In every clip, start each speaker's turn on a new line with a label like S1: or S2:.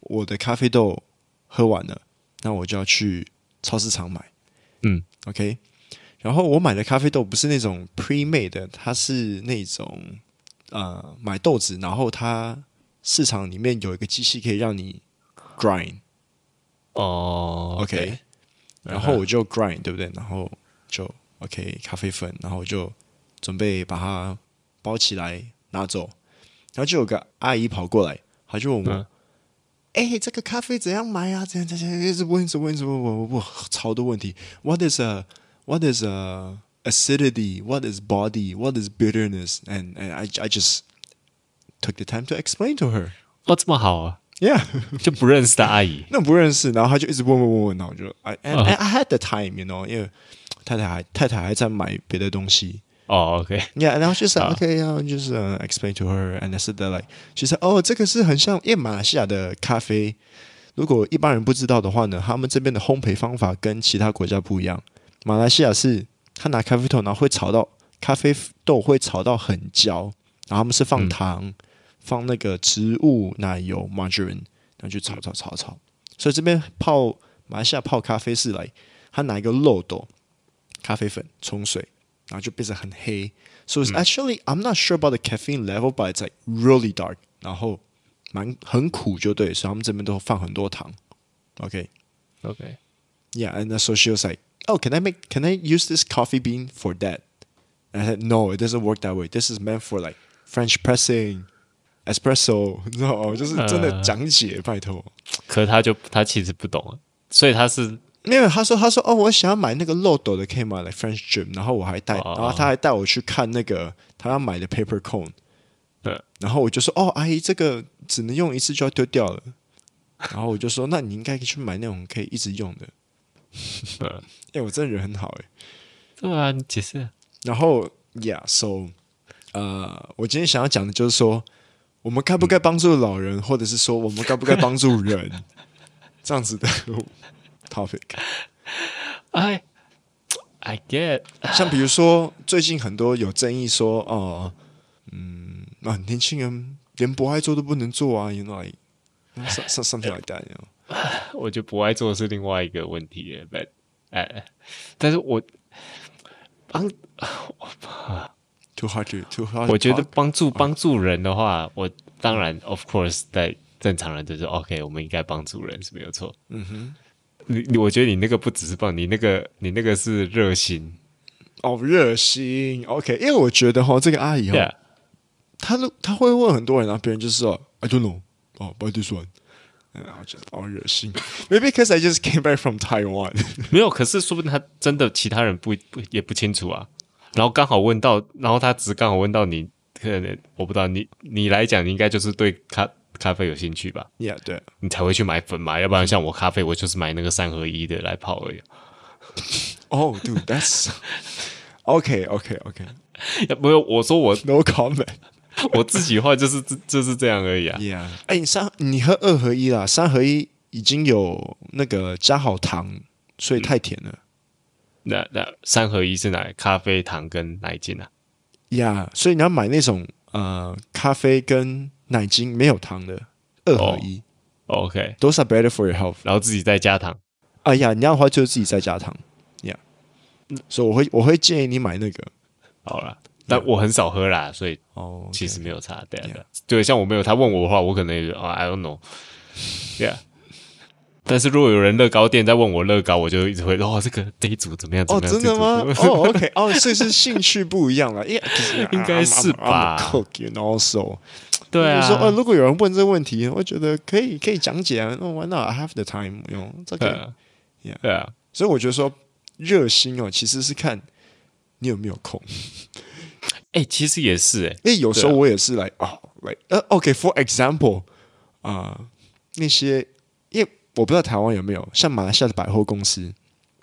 S1: 我的咖啡豆喝完了，那我就要去超市场买。
S2: 嗯
S1: ，OK。然后我买的咖啡豆不是那种 pre made 的，它是那种呃买豆子，然后它市场里面有一个机器可以让你 grind。
S2: 哦
S1: OK，然后我就 grind，对不对？然后就 OK 咖啡粉，然后我就准备把它包起来拿走，然后就有个阿姨跑过来，她就问我
S2: 嗯：“
S1: 哎、这个咖啡怎样买啊？怎样怎样？怎样一直问，一直问，一直问，我我超多问题。What is a What is a acidity? What is body? What is bitterness? And and I I just took the time to explain to her.
S2: 哦这么好 啊，
S1: Yeah.，
S2: 就不认识的阿姨
S1: 那不认识，然后他就一直问问问问，然后我就 I I,
S2: 嗯
S1: I had the time，you know，因为太太还太太还在买别的东西。
S2: 哦 OK，
S1: Yeah，然后就是 OK，然后就是呃 explain to her，and I said that like，she said，哦，这个是很像，因为马来西亚的咖啡，如果一般人不知道的话呢，他们这边的烘焙方法跟其他国家不一样。马来西亚是他拿咖啡豆，然后会炒到咖啡豆会炒到很焦，然后他们是放糖、放那个植物奶油 margarine，然后去炒炒炒炒。所以这边泡马来西亚泡咖啡是来，他拿一个漏斗、咖啡粉冲水，然后就变成很黑。So it's actually I'm not sure about the caffeine level, but it's like really dark，然后蛮很苦就对，所以他们这边都放很多糖。OK。
S2: OK，
S1: Yeah, and so she was like, "Oh, can I make? Can I use this coffee bean for that?" And I said, "No, it doesn't work that way. This is meant for like French pressing, espresso. No, 就是真的讲解，拜托。
S2: 可是他就他其实不懂，啊所以他是
S1: 没有，他说他说哦，我想要买那个漏斗的，可以买 like French gym，然后我还带，
S2: 哦
S1: 然后他还带我去看那个他要买的 paper cone，
S2: 呃
S1: 然后我就说哦，阿姨，这个只能用一次就要丢掉了。然后我就说，那你应该去买那种可以一直用的。
S2: 呃，
S1: 哎，我真的人很好哎、
S2: 对啊，你解释啊
S1: 然后，Yeah，so，呃，我今天想要讲的就是说，我们该不该帮助老人，或者是说我们该不该帮助人，这样子的 topic。
S2: ，I 哎 I get，
S1: 像比如说，最近很多有争议说，哦、嗯，啊，年轻人连不爱做都不能做啊，you know，like some- some- something like that，you know。
S2: 我觉得不爱做是另外一个问题耶，but 哎，但是我帮
S1: Too hard to, too hard. to
S2: 我觉得
S1: talk
S2: 帮嗯助帮助人的话，我当然 of course 在正常人就是 OK，我们应该帮助人是没有错。嗯哼，你你我觉得你那个不只是帮，你那个你那个是热心。
S1: 哦，热心，OK，因为我觉得哈，这个阿姨哈
S2: Yeah，
S1: 他都他会问很多人，然后别人就是哦，I don't know，哦，by this one，然后就好热心。Maybe because I just came back from Taiwan
S2: 没有，可是说不定他真的其他人不不也不清楚啊。然后刚好问到，然后他只刚好问到你，可能我不知道你你来讲，你应该就是对咖咖啡有兴趣吧，
S1: yeah，对，
S2: 你才会去买粉嘛，要不然像我咖啡，我就是买那个三合一的来泡而已。
S1: 哦、d u d e t h a t s OK，OK，OK，No、
S2: 要不有，我说我
S1: comment。
S2: 我自己的话就是 就是这样而已啊。
S1: Yeah，哎，你三你喝二合一啦，三合一已经有那个加好糖，所
S2: 嗯
S1: 以太甜了。
S2: 那那三合一是哪？咖啡、糖跟奶精啊？
S1: Yeah，所以你要买那种呃咖啡跟奶精没有糖的二合一、
S2: 哦 o k
S1: t h o s e are better for your health。
S2: 然后自己再加糖。
S1: 哎呀，你要的话就是自己在加糖，Yeah。所以
S2: 嗯
S1: 我会我会建议你买那个
S2: 好啦，但我很少喝啦，所以
S1: 哦
S2: 其实没有差。对啊，对啊对，像我没有他问我的话，我可能也就啊、i don't know。Yeah，但是如果有人乐高店在问我乐高，我就一直会哦，这个这一组怎么样？怎
S1: 哦，
S2: 么样？
S1: 真的吗？
S2: 这一组怎么样
S1: 哦，OK，哦，所以是兴趣不一样了，因为
S2: 应该是吧
S1: Cook，you know so。
S2: 对啊，
S1: 就是说呃，如果有人问这个问题，我觉得可以可以讲解啊。那 Why not? I have the time，you know 这
S2: 对
S1: 个。
S2: 啊
S1: Yeah
S2: 对啊，
S1: 所以我觉得说热心哦，其实是看你有没有空。
S2: 哎、其实也是哎、
S1: 因为有时候
S2: 对啊
S1: 我也是来哦，来呃，OK，for、example，啊、那些因为我不知道台湾有没有像马来西亚的百货公司，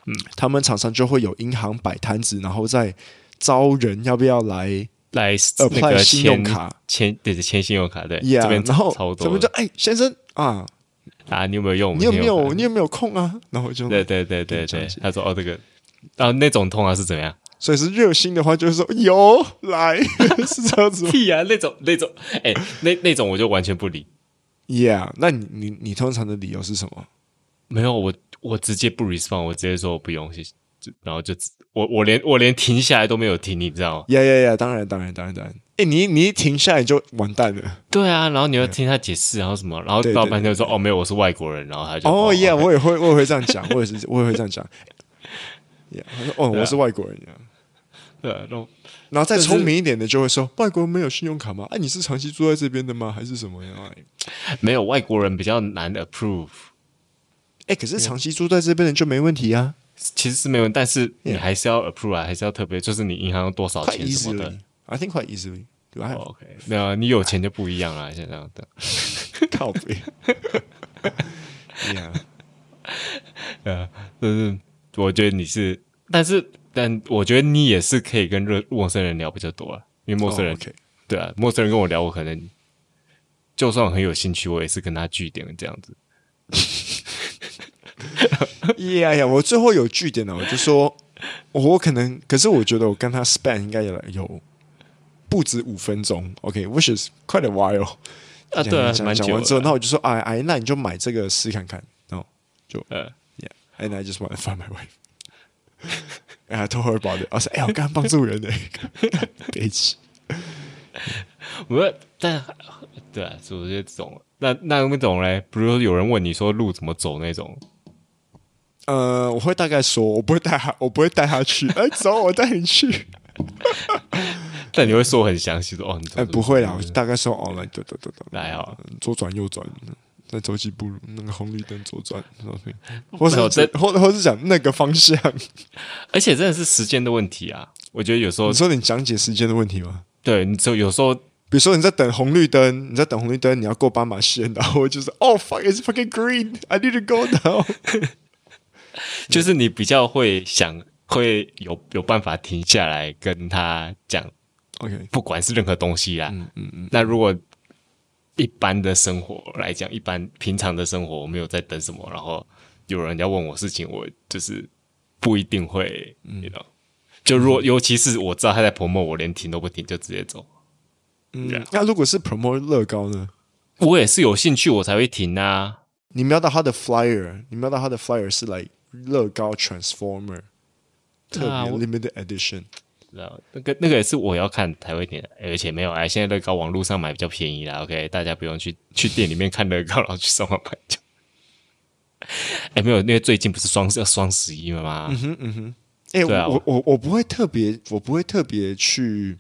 S1: 嗯，他们常常就会有银行摆摊子，然后再招人要不要来
S2: 来那
S1: apply
S2: 个
S1: 信用
S2: 签
S1: 卡
S2: 签对对签信用卡对这边
S1: ，Yeah，然后
S2: 超
S1: 怎么
S2: 多
S1: 就
S2: 的
S1: 哎先生啊，
S2: 啊，你有没有用？
S1: 你有没
S2: 我们
S1: 有
S2: 信用卡
S1: 你有没有空啊？然后我就
S2: 对对对
S1: 跟你
S2: 对
S1: 讲
S2: 对
S1: 解，
S2: 他说哦这个，啊那种通常是怎么样？
S1: 所以是热心的话就是说有来 是这样子吗
S2: 啊屁呀、那种那种，哎、那那种我就完全不理。
S1: Yeah，那你你你通常的理由是什么？
S2: 没有，我我直接不 respond，我直接说我不用，谢谢。就然后就只我我连我连停下来都没有停，你知道吗？
S1: 呀呀呀！当然，当然，当然，当然。哎，你你一停下来就完蛋了。
S2: 对啊，然后你要听他解释，然后什么，然后
S1: 嗯对对
S2: 老板就说哦没有，我是外国人，然后他就
S1: 哦耶！
S2: ，OK
S1: 我也会，我也会这样讲，我也是，我也会这样讲。Yeah，他说哦，
S2: 对啊
S1: 我是外国人呀。
S2: 对啊，然后
S1: 然后再
S2: 就是
S1: 聪明一点的就会说，外国人没有信用卡吗？哎，你是长期住在这边的吗？还是什么呀？
S2: 没有外国人比较难 approve，
S1: 哎，可是长期住在这边的就没问题啊，
S2: 其实是没有，但是你
S1: Yeah
S2: 还是要 approve 啊，还是要特别，就是你银行要多少
S1: 快
S2: 钱什么的。
S1: easily，I think 快 easily。对吧？
S2: OK，没有啊，你有钱就不一样啦，现在这样的。
S1: 靠背。yeah，
S2: 呃，就是我觉得你是，但是但我觉得你也是可以跟陌陌生人聊比较多啊，因为陌生人、
S1: o k
S2: 对啊，陌生人跟我聊，我可能就算我很有兴趣，我也是跟他据点这样子。
S1: 呀呀，我最后有据点了，我就说，我可能，可是我觉得我跟他 span 应该有有不止五分钟，OK，which、is quite a while
S2: 啊，对啊，
S1: 讲
S2: 蛮
S1: 讲
S2: 久
S1: 完之后，
S2: 的
S1: 那
S2: 啊。
S1: 我就说，哎哎，那你就买这个试看看，然后就
S2: 呃，
S1: ，and I just want to find my wife。And I told her about it. I was like, 哎、我刚刚帮助人呢、 北极。
S2: 我但对啊，所以我觉得这种，那那那种嘞，比如说有人问你说路怎么走那种，
S1: 呃，我会大概说，我不会带他，我不会带他去。哎、走，我带你去。
S2: 但你会说很详细的哦，你
S1: 哎、不会啦，我大概说哦，来，对对对对，
S2: 来哦，
S1: 左转右转，再走几步，那个红绿灯左转，something，或
S2: 没有
S1: 是或或是讲那个方向。
S2: 而且真的是时间的问题啊。我觉得有时候
S1: 你说你讲解时间的问题吗？
S2: 对你就有时候
S1: 比如说你在等红绿灯，你在等红绿灯，你要过斑马线，然后就是哦 fuck it's fucking green, I need to go now。
S2: 就是你比较会想，会有有办法停下来跟他讲，
S1: OK，
S2: 不管是任何东西啦。嗯嗯嗯。那如果一般的生活来讲，一般平常的生活，我没有在等什么，然后有人要问我事情，我就是不一定会，你知道。就如果尤其是我知道他在 promo，我连停都不停就直接走。
S1: 嗯，那如果是 promote 乐高呢？
S2: 我也是有兴趣我才会停啊。
S1: 你瞄到他的 flyer，你瞄到他的 flyer 是 like 乐高 transformer，特
S2: 对啊我
S1: 别 limited edition。
S2: 知道那个那个也是我要看才会点的，而且没有哎，现在乐高网络上买比较便宜啦。OK，大家不用去 去店里面看乐高，然后去上网买就。 哎，没有，因为最近不是双要双十一了吗？
S1: 嗯哎、
S2: 对啊
S1: 我我我不会特别，我不会特别去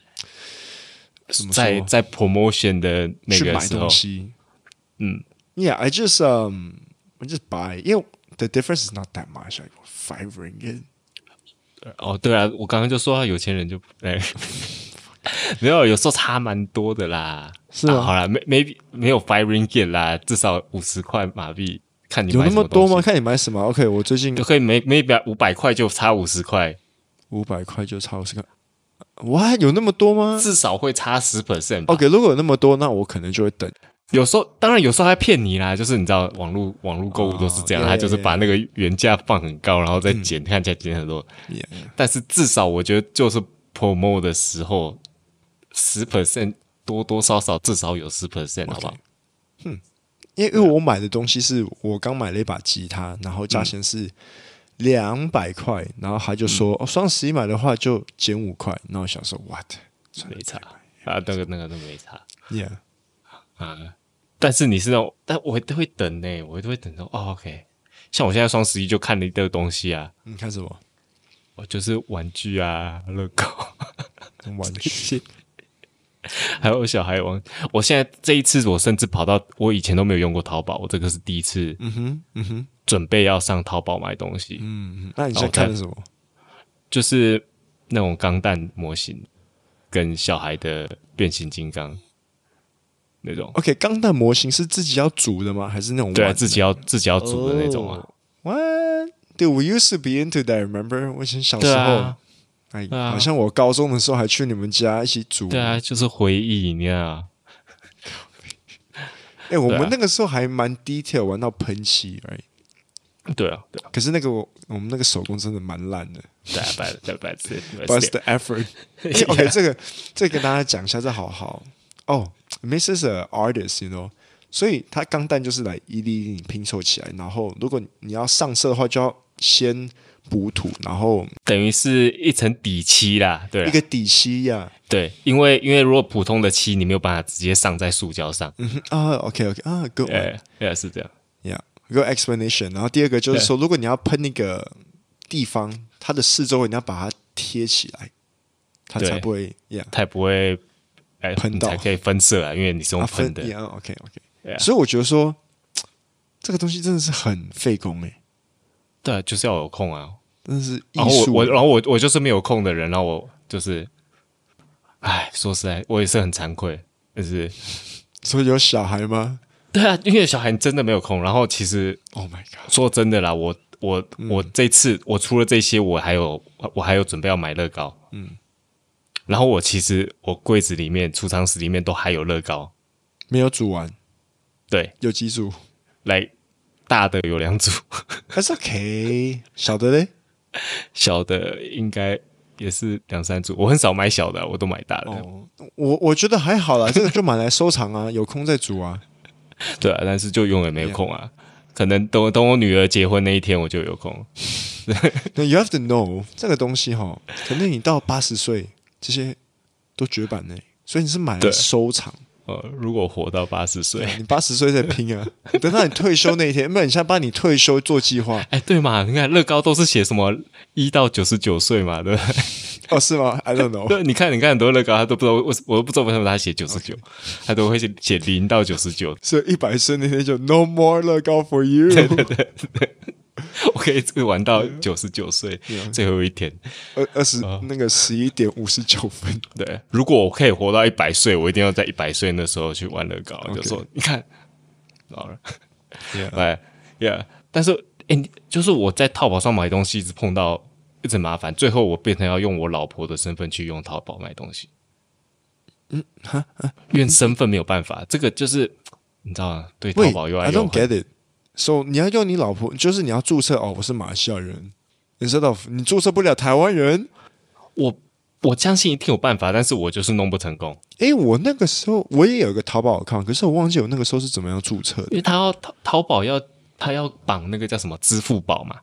S1: 怎么说
S2: 在在 promotion 的那
S1: 去
S2: 个
S1: 买
S2: 时候
S1: 东，西。嗯，Yeah, I just um, I just buy. 因为 the difference is not that much, like five ringgit.
S2: 哦，对啊，我刚刚就说有钱人就 哎，没有，有时候差蛮多的啦。
S1: 是吗
S2: 啊好啦，没没没有 five ringgit 啦，至少五十块马币，看你
S1: 有
S2: 买
S1: 那
S2: 什么
S1: 么多
S2: 东
S1: 吗？
S2: 西？
S1: 看你买什么。OK，我最近
S2: 可以每每百五百块就差五十块，
S1: 五百块就差五十块。哇，有那么多吗
S2: 至少会差十 percent。
S1: ？OK，如果有那么多，那我可能就会等。
S2: 有时候当然有时候还骗你啦，就是你知道网络网络购物都是这样，
S1: 哦嗯
S2: 他、
S1: yeah,
S2: 就是
S1: yeah,
S2: 把那个原价放很高，然后再减，看起来减很多。
S1: Yeah,
S2: 但是至少我觉得就是 promo 的时候，十 percent 多多少少至少有十 percent，好不好？
S1: 因为因为我买的东西是我刚买了一把吉他，然后价钱是两百块，然后他就说、
S2: 嗯
S1: 哦，双十一买的话就减五块，然后我想说 what？算了
S2: 没差啊，那个那个都没差
S1: ，Yeah，
S2: 啊。但是你是那种，但我都会等呢、我都会等说哦，OK。像我现在双十一就看了一堆东西啊，
S1: 你看什 么？
S2: 我就是玩具啊、乐高。
S1: 玩具
S2: 还有小孩王，我现在这一次我甚至跑到我以前都没有用过淘宝，我这个是第一次，嗯哼，嗯哼，准备要上淘宝买东西，
S1: 嗯，那你
S2: 哦
S1: 现在看的什么？
S2: 就是那种钢弹模型跟小孩的变形金刚那种，
S1: OK，钢弹模型是自己要组的吗？还是那种
S2: 对啊，
S1: 玩的
S2: 自己要自己要组的那种啊，
S1: ？What？对，We used to be into that. Remember？我以前哦小时
S2: 对
S1: 候
S2: 啊，，
S1: 哎、
S2: 对啊
S1: 好像我高中的时候还去你们家一起组。
S2: 对啊，就是回忆，你啊，
S1: 哎、我
S2: 对
S1: 们
S2: 啊
S1: 那个时候还蛮 detail，玩到喷漆而已。
S2: 对啊，对啊，
S1: 可是那个我我们那个手工真的蛮烂的。
S2: 对啊，拜拜拜
S1: 不
S2: 拜
S1: 是 the effort。OK，这个这个跟大家讲一下，这好好哦。Mrs. a artist，you know，所以它钢弹就是来一粒一粒拼凑起来，然后如果你要上色的话，就要先补土，然后
S2: 等于是一层底漆啦，对
S1: 一
S2: 啦
S1: 个底漆呀、
S2: 对，因为因为如果普通的漆，你没有办法直接上在塑胶上，
S1: 嗯哼啊，OK OK 啊，Good
S2: 对，对，哎是这样，
S1: one，Yeah，Good explanation。然后第二个就是说，如果你要喷那个地方，它的四周你要把它贴起来，它
S2: 对
S1: 才不会 Yeah。
S2: 它也不会哎
S1: 喷
S2: 你
S1: 到
S2: 才可以分色啊，因为你是用
S1: 啊，
S2: 喷
S1: 分
S2: 的，
S1: 一样 OK OK。
S2: 对啊
S1: 所以我觉得说这个东西真的是很费工诶、
S2: 对啊，就是要有空啊。
S1: 真的是艺
S2: 然后
S1: 术。
S2: 我我然后我我就是没有空的人，然后我就是，哎，说实在，我也是很惭愧，就是
S1: 所以有小孩吗
S2: 对啊，因为小孩真的没有空。然后其实
S1: ？Oh my god！
S2: 说真的啦，我我
S1: 嗯
S2: 我这次我除了这些，我还有我还有准备要买乐高，嗯，然后我其实我柜子里面、储藏室里面都还有乐高，
S1: 没有煮完，
S2: 对，
S1: 有几组
S2: 来大的有两组，
S1: ？That's OK。小的嘞？
S2: 小的应该也是两三组。我很少买小的啊，我都买大的，
S1: 哦，我我觉得还好 啦，这个就买来收藏啊，有空再煮啊。
S2: 对啊，但是就永远没有空啊。可能等我等我女儿结婚那一天，我就有空。
S1: 那 you have to know 这个东西哈，可能你到八十岁这些都绝版嘞、所以你是买来
S2: 对
S1: 收藏。
S2: 呃，如果活到八十岁，
S1: 你八十岁再拼啊，等到你退休那一天，不然你现在帮你退休做计划，
S2: 哎，对嘛？你看乐高都是写什么一到九十九岁嘛，对不对？
S1: 哦，是吗？I don't know。
S2: 对， 你看，你看很多乐高，他都不知道为什，我都不知道为什么他写九十九，他都会写写零到九十九。
S1: 所以一百岁那天就 No more 乐高 for you。
S2: 我可以这个玩到九十九岁最后一天。
S1: 二二十
S2: 啊
S1: 那个十一点五十九分，
S2: 对，如果我可以活到一百岁，我一定要在一百岁那时候去玩乐高。
S1: OK
S2: 就说你看老了， 哎，yeah，但是哎、你就是我在淘宝上买东西，一直碰到一直麻烦，最后我变成要用我老婆的身份去用淘宝买东西。嗯，因为身份没有办法，这个就是你知道吗？对淘
S1: 喂
S2: 宝啊又爱
S1: ，I
S2: 又
S1: don't
S2: 恨。
S1: get it。So 你要用你老婆，就是你要注册哦，我是马来西亚人，instead of 你注册不了台湾人。
S2: 我我相信一定有办法，但是我就是弄不成功，
S1: 诶，我那个时候我也有一个淘宝 account，可是我忘记我那个时候是怎么样注册的。
S2: 因为他要淘淘宝要他要绑那个叫什么支付宝嘛。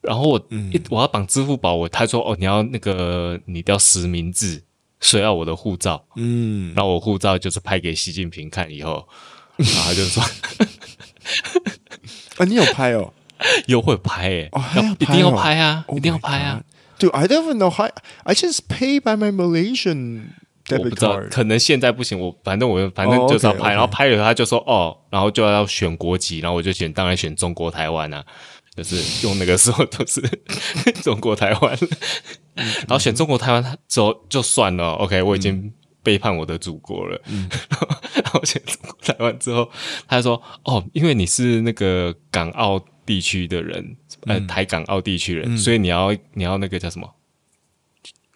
S2: 然后我、
S1: 嗯
S2: 一我要绑支付宝，我他说哦，你要那个你要实名制，所以要我的护照。
S1: 嗯，
S2: 然后我护照就是拍给习近平看以后，然后他就说
S1: 啊，你有拍哦？
S2: 又会拍耶、
S1: 哦还要
S2: 一
S1: 拍哦
S2: 定要拍啊，
S1: Oh
S2: 一定要拍啊
S1: d o I don't even know how I just pay by my Malaysian
S2: 我
S1: debit
S2: 不知道，
S1: card。
S2: 可能现在不行，我反正我反正
S1: 哦
S2: 就是要
S1: OK，
S2: 拍
S1: OK
S2: 然后拍了他就说哦，然后就要选国籍，然后我就选当然选中国台湾啊，就是用那个时候都是 中国台湾，
S1: 嗯
S2: 然后选中国台湾之后就算了，OK，我已
S1: 嗯
S2: 经背叛我的祖国了，然后选中国台湾之后，他就说哦，因为你是那个港澳地区的人，呃，
S1: 嗯
S2: 台港澳地区人，所以你要你要那个叫什么？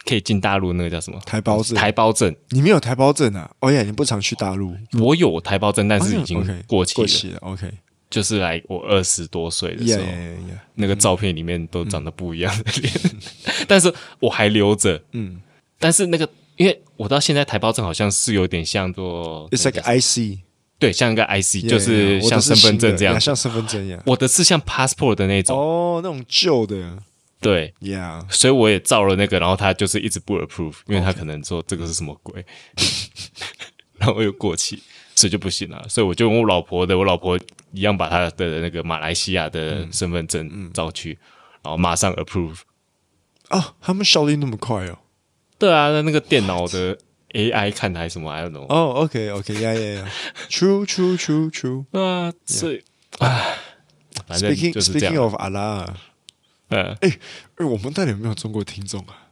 S2: 可以进大陆那个叫什么？
S1: 台胞证
S2: 台胞证，
S1: 你没有台胞证啊？哦呀，你不常去大陆，
S2: 我有台胞证，但是已
S1: 哦
S2: 经
S1: ，OK，
S2: 过期了。
S1: 过期了。OK，Yeah，Yeah，Yeah。
S2: 就是来我二十多岁的时候
S1: yeah, yeah.
S2: 那个照片里面都长得不一样的脸， 但是我还留着。
S1: 嗯，
S2: 但是那个，因为我到现在台胞证好像是有点像做
S1: It's like IC，
S2: 对，像一个 IC，
S1: yeah,
S2: 就是像身份证这样
S1: 我的是新的。像身份证一样。
S2: 我的是像 passport 的那种，
S1: 哦，那种旧的
S2: 对，
S1: ，Yeah，
S2: 所以我也照了那个，然后他就是一直不 approve，因为他可能说这个是什么鬼， 然后又过期，所以就不行了。所以我就用我老婆的，我老婆一样把她的那个马来西亚的身份证照去，然后马上 approve。
S1: 哦，他们效率那么快哦。
S2: 对啊，那那个电脑的 AI 看台什么 I don't know。
S1: 哦，OK，OK，Yeah，Yeah，Yeah，True，True，True，True。
S2: 对啊，所以唉，反正
S1: Speaking
S2: 就是这
S1: Speaking
S2: 样。
S1: of Allah，
S2: 嗯，
S1: 哎，哎，我们到底有没有中国听众啊？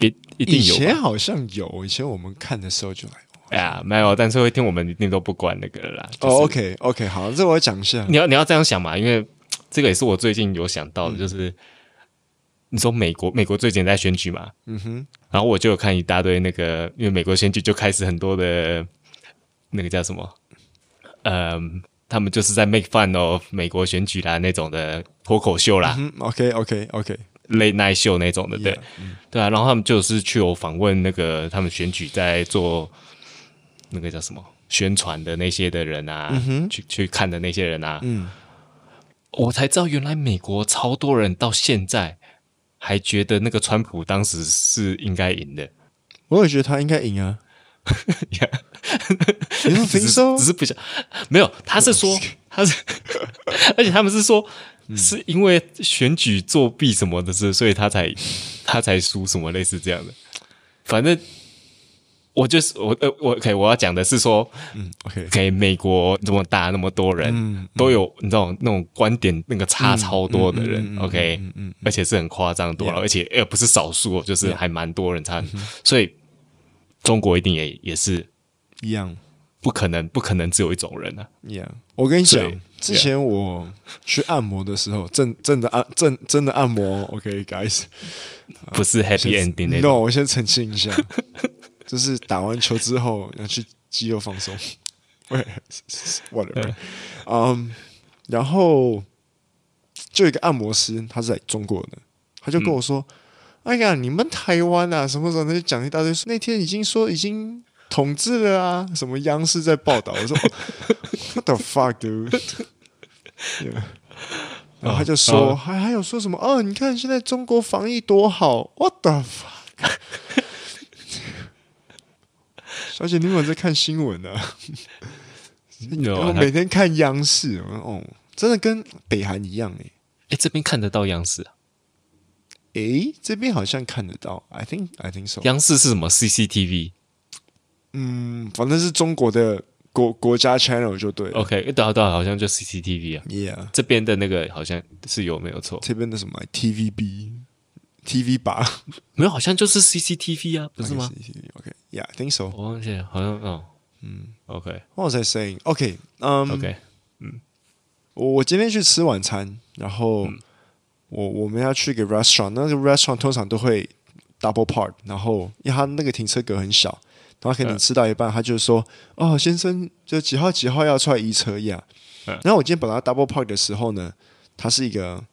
S2: 一一
S1: 以
S2: 定有
S1: 前
S2: 吧。
S1: 好像有，以前我们看的时候就来。
S2: 哎呀，没有，但是会听我们一定都不管那个了啦。就是
S1: 哦，OK，OK，好，这我要讲一下。
S2: 你要你要这样想嘛，因为这个也是我最近有想
S1: 嗯
S2: 到的，就是你说美国美国最近在选举嘛，
S1: 嗯哼，
S2: 然后我就有看一大堆那个，因为美国选举就开始很多的那个叫什么，嗯，他们就是在 make fun of 美国选举啦那种的脱口秀啦、
S1: 嗯，OK，OK，OK，
S2: late night show 那种的，对
S1: Yeah，嗯
S2: 对啊，然后他们就是去有访问那个他们选举在做那个叫什么宣传的那些的人啊，
S1: 嗯哼
S2: 去去看的那些人啊，
S1: 嗯，
S2: 我才知道原来美国超多人到现在还觉得那个川普当时是应该赢的。
S1: 我也觉得他应该赢 啊。你说哦 t h
S2: 只是
S1: i
S2: 只是不想，没有，他是 说他是，而且他们是说是因为选举作弊什么的事，所以他才他才输什么类似这样的。反正我就是我呃我 OK，我要讲的是说，
S1: 嗯，OK，
S2: 给美国这么大那么多人，
S1: 嗯
S2: 都有你知道那种观点那个差超多的人、
S1: 嗯嗯嗯嗯
S2: o k
S1: 嗯嗯
S2: 而且是很夸张多了
S1: Yeah 嗯
S2: 而且也不是少数哦，就是还蛮多人差所以中国一定也也是
S1: 一样
S2: 不可能不可能只有一种人啊，
S1: 一样。我跟你讲
S2: 对，
S1: 之前我去按摩的时候，正正的按正真的按摩，OK，guys，
S2: 不是 happy ending 那
S1: No，
S2: 种。
S1: 我先澄清一下， 就是打完球之后要去肌肉放松。 喂，whatever，嗯然后就有一个按摩师，他是在中国的，他就跟
S2: 嗯
S1: 我说：“哎呀，你们台湾啊，什么什么，他就讲一大堆。那天已经说已经统治了啊，什么央视在报道。”我说哦 ：“What the fuck, dude？” Yeah. 然后他就说，
S2: 哦
S1: 还还有说什么？哦，你看现在中国防疫多好，What the fuck？小姐，你有没有在看新闻呢、啊？
S2: 有
S1: 我
S2: 啊，哎、
S1: 每天看央视，我说哦，真的跟北韩一样欸诶、
S2: 诶这边看得到央视啊，
S1: 诶，这边好像看得到，I think I think so。
S2: 央视是什么 CCTV？OK，、
S1: 嗯，反正是中国的国国家 channel 就对了。
S2: OK，对啊对啊，好像就 CCTV 啊。
S1: Yeah，
S2: 这边的那个好像是有没有错？
S1: 这边的什么 TVB、TV 吧？
S2: 没有，好像就是 CCTV 啊，不是吗？
S1: ？OK，Yeah，I think so。
S2: 我忘记了，好像哦，嗯，OK
S1: What was I saying? OK，嗯、
S2: OK，
S1: 我我今天去吃晚餐，然后、
S2: 嗯
S1: 我我们要去一个 restaurant，那个 restaurant 通常都会 double park，然后因为它那个停车格很小，然后可能
S2: 嗯
S1: 你吃到一半，他就说：“哦，先生，就几号几号要出来移车呀？”
S2: 嗯
S1: 然后我今天本来要 double park 的时候呢，它是一个，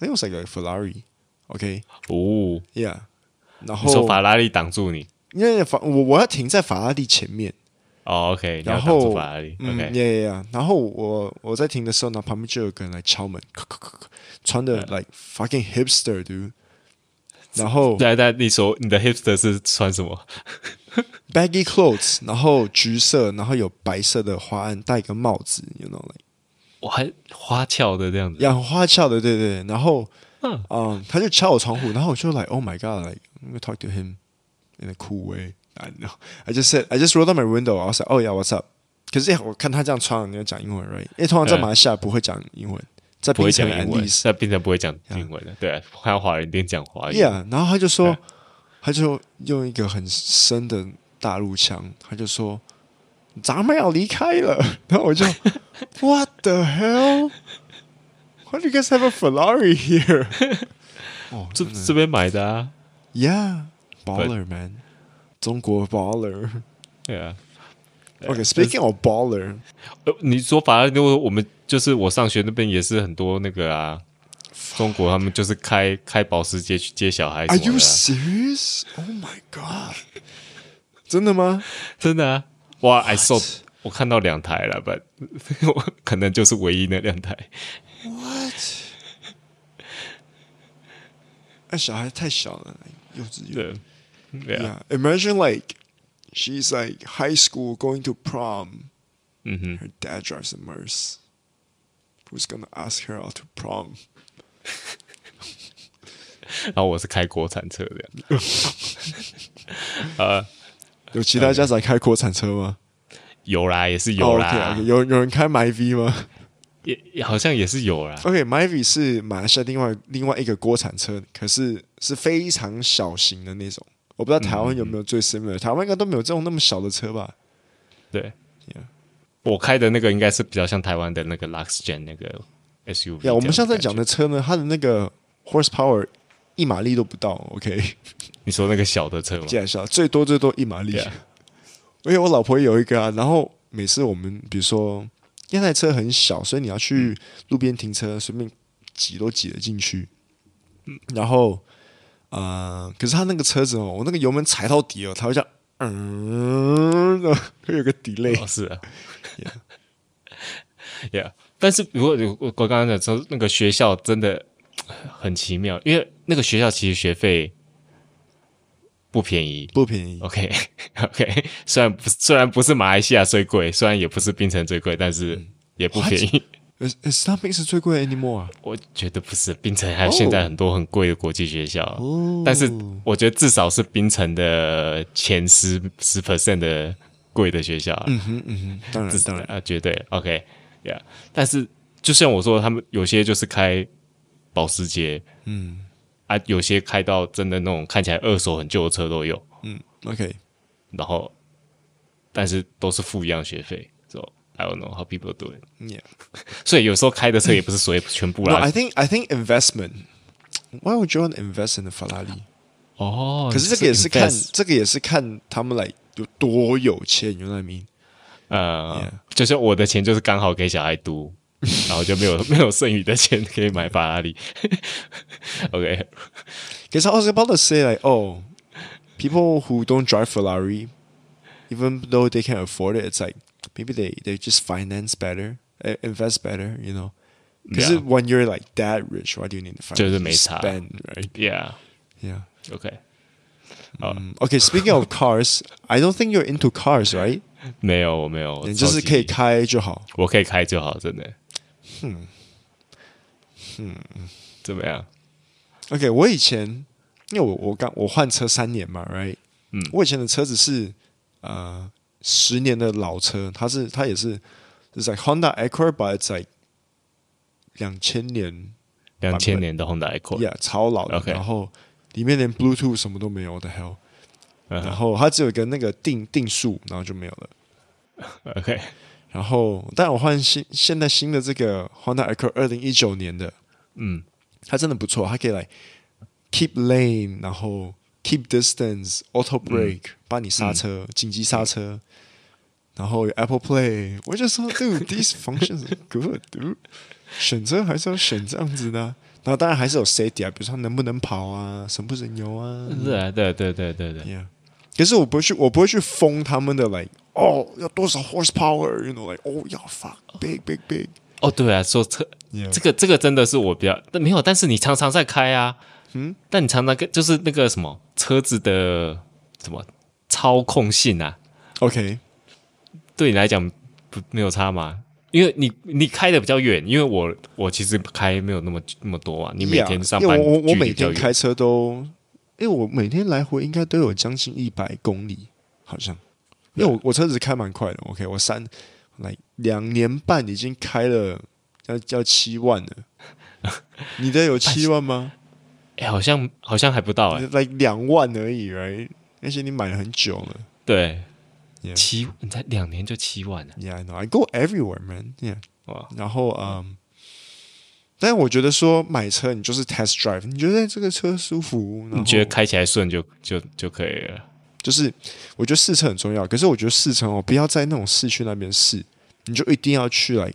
S1: I think it was like a Ferrari，OK，yeah，、
S2: 哦，
S1: 然
S2: 你说
S1: 后
S2: 法拉利挡住你，
S1: 因为法我我要停在法拉利前面。
S2: 哦，OK，你要
S1: 然
S2: 挡住
S1: 后
S2: 法拉利
S1: 嗯
S2: ，OK，
S1: ，yeah yeah, yeah。然后我我在停的时候呢，旁边就有个人来敲门，咳咳咳咳穿的
S2: 嗯
S1: like fucking hipster dude。然后
S2: 那那你说你的 hipster 是穿什么？
S1: baggy clothes，然后橘色，然后有白色的花案，戴一个帽子，you know，like
S2: 我还花俏的这样子，
S1: 呀，很花俏的，对对。然后，
S2: 嗯
S1: 嗯，他就敲我窗户，然后我就 like oh my god，like I'm gonna talk to him in a cool way。I don't know. I just said I just rolled up my window. I was like, oh yeah, what's up? 可是、欸我看他这样穿，你要讲英文，right？因为通常在
S2: 嗯
S1: 马来西亚不会讲英文，在
S2: 不
S1: 槟
S2: 会
S1: 城
S2: 讲
S1: 安
S2: 英
S1: 利
S2: 文
S1: 是，
S2: 在槟城不会讲英文的，对啊，看到华人一定讲华语，
S1: Yeah，然后他就说，
S2: 嗯
S1: 他就用一个很深的大陆腔，他就说：“咱们要离开了。”然后我就，What the hell? Why do you guys have a Ferrari here? 哦，
S2: 这这边买的啊，
S1: Yeah, baller man，中国 baller。
S2: 对啊。对啊
S1: OK, speaking of baller,
S2: 呃，你说法拉利，我我们就是我上学那边也是很多那个啊，中国他们就是开开保时捷去接小孩什
S1: are
S2: 么的
S1: you
S2: 啊、
S1: serious? Oh my god！真的吗？
S2: 真的啊，哇，I saw，我看到两台了，but 我可能就是唯一那两台，
S1: What？那小孩太小了，幼稚园。
S2: 对，对啊，
S1: Yeah, imagine like she's like high school going to prom.
S2: 嗯哼，
S1: Her dad drives a Merce. Who's gonna ask her out to prom?
S2: 然后我是开国产车的，呃，
S1: 有其他家长开国产车吗？
S2: 有啦，也是有啦
S1: o k 有有人开 MyV 吗
S2: 也也好像也是有啦，
S1: ？OK，MyV、是马来西亚另外另外一个国产车，可是是非常小型的那种。我不知道台湾有没有最
S2: 嗯
S1: similar，、台湾应该都没有这种那么小的车吧？
S2: 对
S1: Yeah
S2: 我开的那个应该是比较像台湾的那个 Luxgen 那个 SUV 这
S1: 呀、
S2: 样的感觉。
S1: 我们现在讲的车呢，它的那个 horsepower 一马力都不到，OK，
S2: 你说那个小的车吗？
S1: 介绍最多最多一马力。
S2: Yeah
S1: 而且我老婆也有一个啊，然后每次我们比如说那台车很小，所以你要
S2: 嗯
S1: 去路边停车，随便挤都挤得进去。然后呃，可是他那个车子哦，我那个油门踩到底哦，它会这样嗯，会有个 delay，、
S2: 哦，是啊，Yeah，但是如果我我刚刚讲说那个学校真的很奇妙，因为那个学校其实学费不便宜。
S1: 不便宜。
S2: OK OK，虽 然不虽然不是马来西亚最贵，虽然也不是槟城最贵，但是也不
S1: What？
S2: 便宜。
S1: 呃呃 s t o p p i n g 是最贵的 anymore 啊。
S2: 我觉得不是，槟城还有
S1: 哦
S2: 现在很多很贵的国际学校，
S1: 哦
S2: 但是我觉得至少是槟城的前十十 percent 的贵的学校啊。
S1: 嗯哼嗯哼，当然当然，
S2: 啊，绝对 OK，yeah。但是就像我说，他们有些就是开保时捷
S1: 嗯
S2: 啊，有些开到真的那种看起来二手很旧的车都有，
S1: 嗯，OK，
S2: 然后但是都是付一样学费，so I don't know how people do it。
S1: yeah。
S2: 所以有时候开的车也不是所谓全部
S1: No,
S2: 啦
S1: I。think I think investment. Why would you want to invest in a Ferrari？
S2: 哦，
S1: 可是这个也是看
S2: invest，
S1: 这个也是看他们来有多有钱，you know what I mean？
S2: 呃，就是我的钱就是刚好给小孩 读。然后就没有没有剩余的钱可以买法拉利。OK，
S1: Because I was about to say like, oh, people who don't drive Ferrari, even though they can afford it, it's like maybe they they just finance better, eh, invest better, you know. Because
S2: Yeah.
S1: when you're like that rich, why do you need to finance?
S2: 就是没差。
S1: spend, right?
S2: yeah，OK，、
S1: Yeah. Mm, Okay. Speaking of cars, I don't think you're into cars, right?
S2: 没有，我没有， 我
S1: 你就是
S2: 超级
S1: 可以，开 Hmm 就好。
S2: 我可以开就好，真的。嗯嗯，怎么样？
S1: OK，我以前因为我我刚我换车三年嘛，right？
S2: 嗯
S1: 我以前的车子是呃十年的老车，它是它也是就是 like Honda Accord，but it's like 两千年
S2: 两千年的 Honda Accord，
S1: ，yeah，超老的。
S2: OK
S1: 然后里面连 Bluetooth 什么都没有的，hell。
S2: 嗯
S1: 然后它只有一个那个定定数，然后就没有了。
S2: ，OK，
S1: 然后，但我换新现在新的这个 Honda Accord 二零一九年的，
S2: 嗯，
S1: 它真的不错，它可以来 keep lane，然后 keep distance、auto brake，、帮你刹车、紧急刹车，然后有 Apple Play。我就说，dude these functions are good，dude。选车还是要选这样子的啊、然后当然还是有 safety 啊，比如说它能不能跑啊，省不省油啊
S2: 是啊，对对对对对，
S1: ，yeah。可是我不会去，我不会去封他们的 like 哦，要多少 horsepower，you know，like 哦要 fuck big big big，
S2: 哦，对啊，说车
S1: Yeah
S2: 这个这个真的是我比较，但没有，但是你常常在开啊，
S1: Hmm
S2: 嗯，但你常常跟就是那个什么车子的什么操控性啊，
S1: OK，
S2: 对你来讲不没有差吗？因为你你开的比较远，因为我我其实开没有那么那么多啊。你每
S1: Yeah，
S2: 天上
S1: 因为
S2: 班
S1: 我我
S2: 距
S1: 我
S2: 离
S1: 每
S2: 比较
S1: 天
S2: 远，
S1: 开车都，因为我每天来回应该都有将近一百公里，好像。因为我我车子开蛮快的，OK，我三来两年半已经开了要要七万了。你的有七万吗？
S2: 哎、好像好像还不到哎、
S1: 来两万而已，right？而且你买了很久了。
S2: 对
S1: Yeah
S2: 七你才两年就七万了、啊
S1: Yeah, I know. I go everywhere, man. Yeah.
S2: 哇！
S1: 然后嗯，但我觉得说买车你就是 test drive，你觉得这个车舒服，然
S2: 你觉得
S1: 后
S2: 开起来顺就就就可以了？
S1: 就是我觉得试车很重要，可是我觉得试车哦，不要在那种市区那边试，你就一定要去来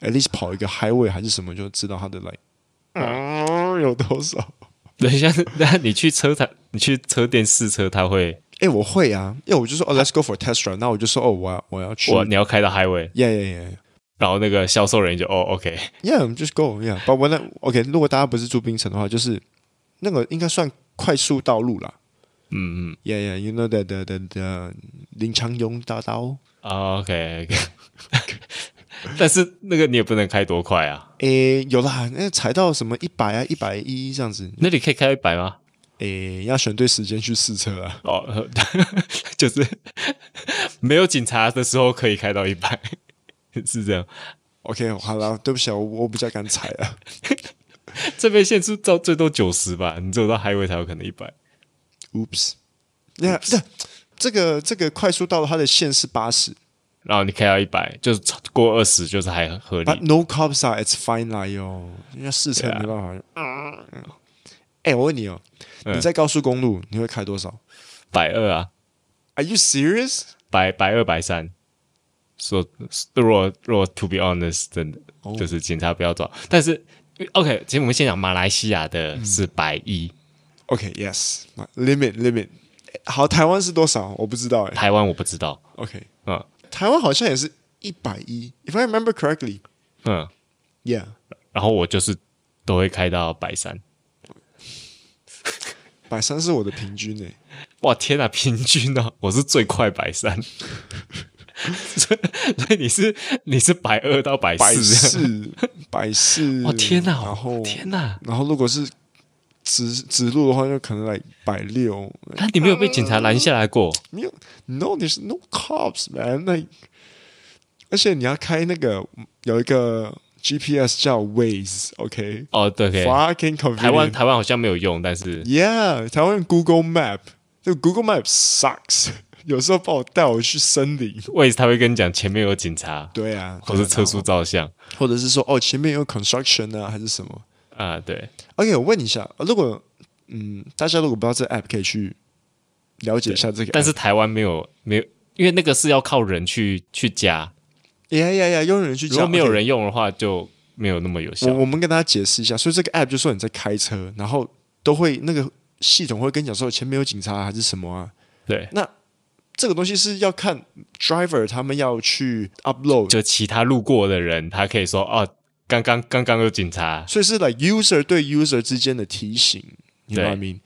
S1: ，at least 跑一个 highway 还是什么，就知道它的来、嗯、有多 少。
S2: 等一下，那你去车台，你去车店试车，他会
S1: 哎、我会啊，因为我就说哦，let's go for a test drive，那我就说哦，我要我要去
S2: 哇，你要开到 highway，
S1: ，yeah yeah yeah。
S2: 然后那个销售人就哦 OK，
S1: Yeah, just go. Yeah, but when I, OK，如果大家不是住槟城的话，就是那个应该算快速道路啦。
S2: 嗯嗯
S1: Yeah, yeah, you know the the the the 林长庸大道。
S2: 啊 OK OK，但是那个你也不能开多快啊，
S1: 诶，有啦，那踩到什么一百啊，一百一这样子。
S2: 那你可以开一百吗？
S1: 诶，要选对时间去试车啊。
S2: 哦， 呃就是没有警察的时候可以开到一百，是这样。
S1: OK，好啦，对不起啊，我我比较敢踩啊。
S2: 这边限速到最多九十吧，你只有到 highway 才有可能一百。
S1: Oops。Yeah，这这个这个快速道路它的限是八十
S2: 然后你开到一百，就是超过二十就是还合
S1: ，But
S2: 理。
S1: no cops are it's fine 啦哟。人家试车没办法。嗯哎，我问你哦，你在高速公路你会开多少？
S2: 百二啊，
S1: Are you serious?
S2: 百百二百三。说、如果如果 to be honest，真的、就是警察不要抓。但是 OK，其实我们先讲马来西亚的是百一、
S1: Okay, yes. Limit, limit. 好，台湾是多少？我不知道哎、
S2: 台湾我不知道，
S1: OK，
S2: 嗯
S1: 台湾好像也是一百一，if I remember correctly。
S2: 嗯，
S1: Yeah，
S2: 然后我就是都会开到百三。
S1: 百三是我的平均诶、哎
S2: 哇天啊， 平均呢、我是最快百三， 所以所以你是你是百二到百
S1: 百
S2: 四，
S1: 四，百四。
S2: 哇天哪、
S1: 然后
S2: 天啊哪、
S1: 然后如果是直直路的话，就可能来百六。
S2: 那你没有被警察拦下来过？
S1: 没有，No，there's no cops man。那而且你要开那个有一个 GPS 叫 Waze，OK，fucking、
S2: 哦，对，OK，
S1: convenient。
S2: 台湾台湾好像没有用，但是
S1: ，Yeah，台湾用 Google Map，这个 Google Map sucks。有 时候把我带我去森林。
S2: 为他会跟你讲前面有警察，
S1: 对啊，
S2: 或是
S1: 对啊
S2: 测速照相
S1: 或者是说哦，前面有 construction 啊，还是什么
S2: 啊、对，
S1: ？OK，我问你一下，呃如果嗯，大家如果不知道这个 app，可以去了解一下这个 app。
S2: 但是台湾没有没有，因为那个是要靠人去去加，
S1: 呀呀呀，用人去
S2: 如果
S1: 讲，
S2: 没有
S1: OK，
S2: 人用的话，就没有那么有效
S1: 我。我们跟大家解释一下，所以这个 app 就说你在开车，然后都会那个系统会跟你讲说前面有警察啊还是什么啊。
S2: 对，
S1: 这个东西是要看 driver 他们要去 upload，
S2: 就其他路过的人，他可以说哦，刚刚刚刚有警察，
S1: 所以是 like user 对 user 之间的提醒，你懂
S2: 对
S1: I mean？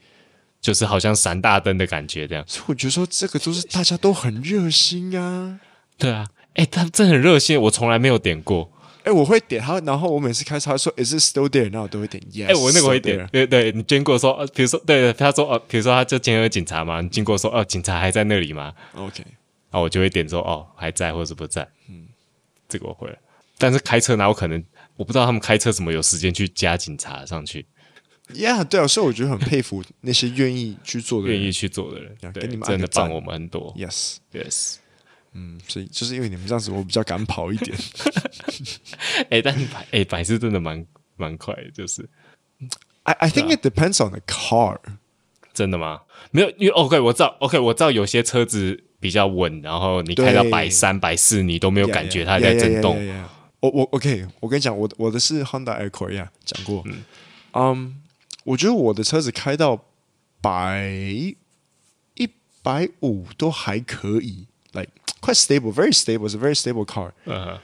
S2: 就是好像闪大灯的感觉这样。
S1: 所以我觉得说这个都是大家都很热心啊。
S2: 对啊，哎，他真的很热心，我从来没有点过。
S1: 哎、我会点他，然后我每次开车他说 Is it still there？然后我都会点 Yes。
S2: 哎、我那个会
S1: still
S2: 点
S1: there，
S2: 对对，你经过说，呃，比如说，对，他说，哦，比如说他就前面有警察嘛，你经过说，哦，警察还在那里吗？
S1: OK，
S2: 然后我就会点说，哦，还在或者是不在，嗯，这个我会了。但是开车哪有可能？我不知道他们开车怎么有时间去加警察上去，
S1: Yeah，对啊，所以我觉得很佩服那些愿意去做的人。
S2: 愿意去做的人，
S1: 呀
S2: 对
S1: 给你，们按
S2: 真
S1: 个
S2: 的
S1: 赞
S2: 帮我们很多。
S1: Yes，
S2: Yes，
S1: 嗯，所以就是因为你们这样子，我比较敢跑一点。
S2: 哎、但是百哎百事真的蛮蛮快的，就是
S1: I I
S2: 啊
S1: think it depends on the car。
S2: 真的吗？没有，因为哦 OK，我知道 OK，我知道有些车子比较稳，然后你开到
S1: 对
S2: 百三、百四，你都没有
S1: Yeah，
S2: 感觉
S1: yeah，
S2: 它在
S1: yeah，yeah，
S2: 震动。
S1: yeah，yeah，yeah 我我 OK，我跟你讲，我的我的是 Honda Accord 呀，讲过。嗯我觉得我的车子开到百一百五都还可以，like 快 stable，very stable，is a very stable car。
S2: 嗯哼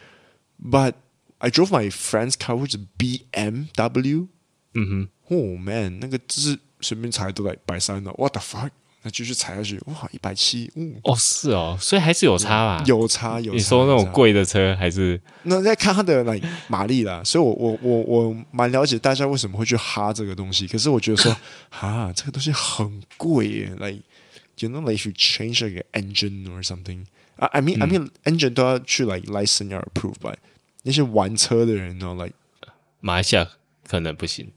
S1: But I drove my friend's car, which is BMW.
S2: 嗯哼。
S1: Oh man，那个就是随便踩都来百三了。What the fuck？那继续踩下去，哇，一百七，嗯，
S2: 哦，是哦，所以还是有差吧？，
S1: 有差有差。
S2: 你说那
S1: 有
S2: 种
S1: 差，
S2: 贵的车还是
S1: 那再看它的来马力啦。所以我我我我蛮了解大家为什么会去哈这个东西。可是我觉得说， 哈，这个东西很贵耶。Like you know, like if you change like an engine or something. I I mean、I mean engine 都要去 like license 要 approve by 那些玩车的人哦，like
S2: 马来西亚可能不行？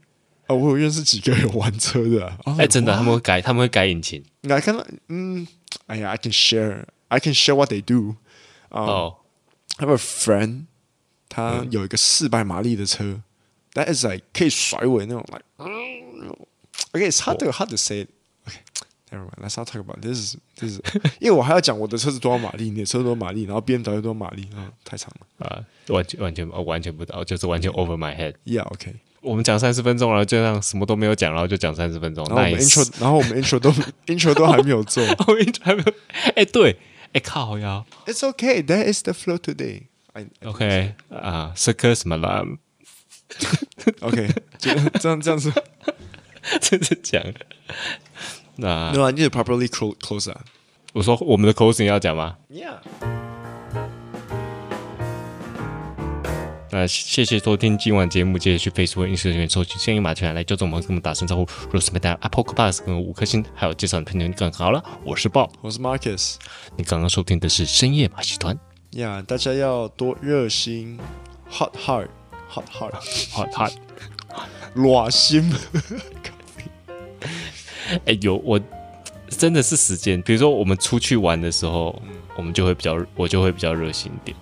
S1: 啊，我有认识几个有玩车的、啊，
S2: 哎、真的，他们会改，他们会改引擎。
S1: I can，嗯，哎呀，I can share, I can share what they do.
S2: 哦，
S1: I have a friend，他
S2: 嗯
S1: 有一个四百马力的车，That is like 可以甩尾那种，like，OK，it's hard to hard to say. it. OK, never mind. Let's not talk about this. is- This is 因为我还要讲我的车子多少马力，你的车子多少马力，然后 BMW 多少马力，啊，太长了。
S2: 啊、完全完全、哦、完全不到，就是完全 over my head。
S1: Yeah, OK.
S2: 我们讲三十分钟了，就这样什么都没有讲，然后就讲三十分钟。
S1: 然后哦我们
S2: nice， 哦
S1: intro，然后我们 intro 都 intro 都还没有做。
S2: 我们 intro 还没有。哎、对，哎、靠呀
S1: It's OK. That is the flow today. I, I
S2: ，OK 啊、c i r c u s 什么啦，
S1: OK，就这样这样子。
S2: 这是讲。那
S1: No, I need to properly clo- close that.
S2: 我说我们的 closing 要讲吗？
S1: Yeah.
S2: 那谢谢收听今晚节目，记得去 Facebook、Instagram 搜寻“声音马全”来叫做我们，跟我们打声招呼。如果是没带 Apple Podcast 跟五颗星，还有介绍你朋友更好了。我是豹，
S1: 我是 Marcus。
S2: 你刚刚收听的是深夜马戏团。
S1: 呀、大家要多热心，hot heart，hot heart，
S2: 好，好，
S1: 暖心。
S2: 哎，有我真的是时间，比如说我们出去玩的时候，我们就会比较，我就会比较热心一点。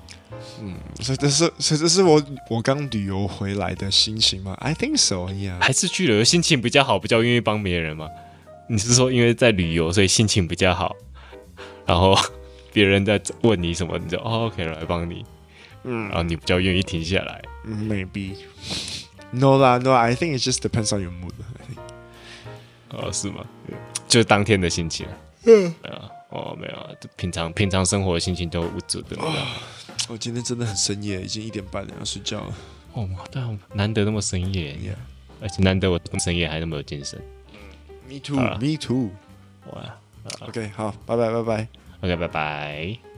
S1: 所以这是，所以这是我我刚旅游回来的心情吗？I think so. Yeah.
S2: 还是去旅游心情比较好，比较愿意帮别人嘛？你是说因为在旅游，所以心情比较好，然后别人在问你什么，你就哦 OK 来帮你，嗯，然后你比较愿意停下来。
S1: 嗯 Maybe. No 啦，No. I
S2: 嗯
S1: think it just depends on your mood. I think.
S2: 哦，是吗？就是当天的心情啊。对啊，哦，没有啊，就平常平常生活的心情都无足的。
S1: 我、Oh, 今天真的很深夜，已经一点半了，要睡觉了。
S2: 哦，对啊，难得那么深夜，
S1: Yeah
S2: 而且难得我这么深夜还那么有精神。
S1: Me too, me too.
S2: 哇
S1: Ah. OK，好，拜拜，拜拜。
S2: ，OK，拜拜。